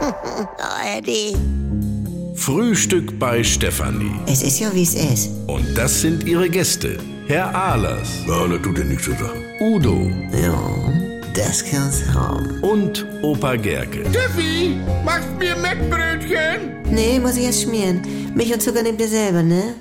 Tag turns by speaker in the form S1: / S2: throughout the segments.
S1: Oh, Eddie.
S2: Frühstück bei Stefanie.
S1: Es ist ja, wie es ist.
S2: Und das sind ihre Gäste. Herr Ahlers,
S3: Ja, das tut dir nichts zu sagen.
S2: Udo
S1: Ja, das kann's haben.
S2: und Opa Gerke.
S4: Tiffy, machst mir Mettbrötchen?
S1: Nee, muss ich erst schmieren. Milch und Zucker nehmt ihr selber, ne?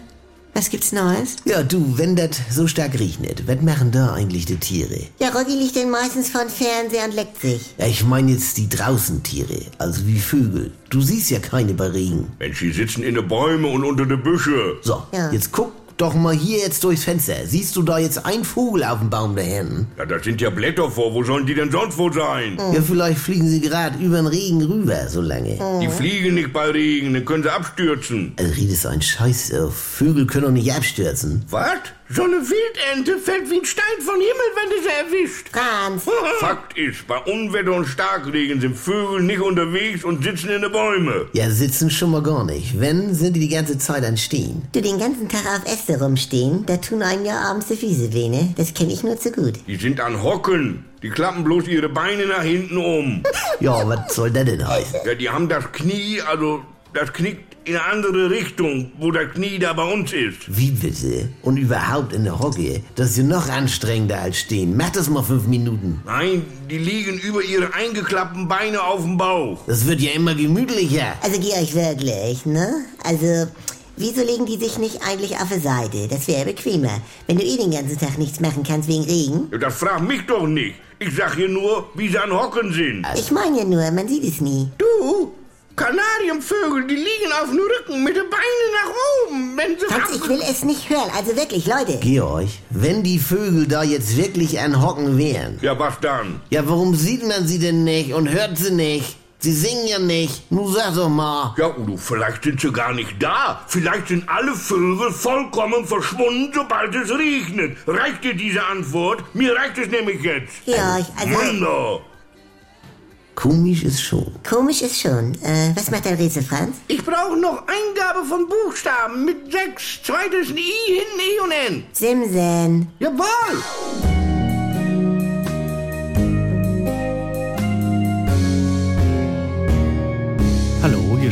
S1: Was gibt's Neues?
S5: Ja, du, wenn das so stark regnet, was machen da eigentlich die Tiere?
S1: Ja, Rocky liegt denn meistens von Fernseher und leckt sich.
S5: Ja, ich meine jetzt die draußen Tiere, also wie Vögel. Du siehst ja keine bei Regen.
S3: Mensch, die sitzen in den Bäumen und unter den Büsche.
S5: So,
S1: Ja.
S5: jetzt guck doch mal hier jetzt durchs Fenster. Siehst du da jetzt einen Vogel auf dem Baum da hinten?
S3: Ja, da sind ja Blätter vor. Wo sollen die denn sonst wo sein?
S5: Ja, vielleicht fliegen sie gerade über den Regen rüber, so lange.
S3: Die fliegen nicht bei Regen, dann können sie abstürzen.
S5: Also redest du einen Scheiß auf. Vögel können doch nicht abstürzen.
S3: Was? So eine Wildente fällt wie ein Stein vom Himmel, wenn du sie erwischt.
S1: Franz,
S3: Fakt ist, bei Unwetter und Starkregen sind Vögel nicht unterwegs und sitzen in den Bäumen.
S5: Ja, sitzen schon mal gar nicht. Wenn, sind die die ganze Zeit an Stehen.
S1: du den ganzen Tag auf Äste rumstehen, da tun einem ja abends die Füße weh, ne? Das kenne ich nur zu gut.
S3: Die sind an Hocken. Die klappen bloß ihre Beine nach hinten um.
S5: Ja, was soll das denn heißen?
S3: Ja, die haben das Knie, also das knickt in eine andere Richtung, wo das Knie da bei uns ist.
S5: Wie bitte? Und überhaupt in der Hocke? Das ist ja noch anstrengender als Stehen. Mach das mal fünf Minuten.
S3: Nein, die liegen über ihre eingeklappten Beine auf dem Bauch.
S5: Das wird ja immer gemütlicher.
S1: Also Georg, wirklich, ne? Also, wieso legen die sich nicht eigentlich auf die Seite? Das wäre bequemer. Wenn du eh den ganzen Tag nichts machen kannst wegen Regen.
S3: Ja, Das fragt mich doch nicht. Ich sag hier nur, wie sie an Hocken sind.
S1: Ich meine ja nur, man sieht es nie.
S3: Du, Kanarienvögel, die liegen auf dem Rücken mit den Beinen nach oben, wenn sie
S1: Franz, ich will es nicht hören. Also wirklich, Leute.
S5: Georg, wenn die Vögel da jetzt wirklich an Hocken wären,
S3: Ja, was dann?
S5: ja, warum sieht man sie denn nicht und hört sie nicht? Sie singen ja nicht. Nun sag doch mal.
S3: Ja, Udo, vielleicht sind sie gar nicht da. Vielleicht sind alle Vögel vollkommen verschwunden, sobald es regnet. Reicht dir diese Antwort? Mir reicht es nämlich jetzt.
S1: Georg, also
S3: Mann, oh.
S5: Komisch ist schon.
S1: komisch ist schon. Äh, was macht dein Rätsel, Franz?
S4: Ich brauche noch Eingabe von Buchstaben mit sechs, zweites ein I, hinten E und N.
S1: Simsen.
S4: Jawohl!
S6: Hallo, hier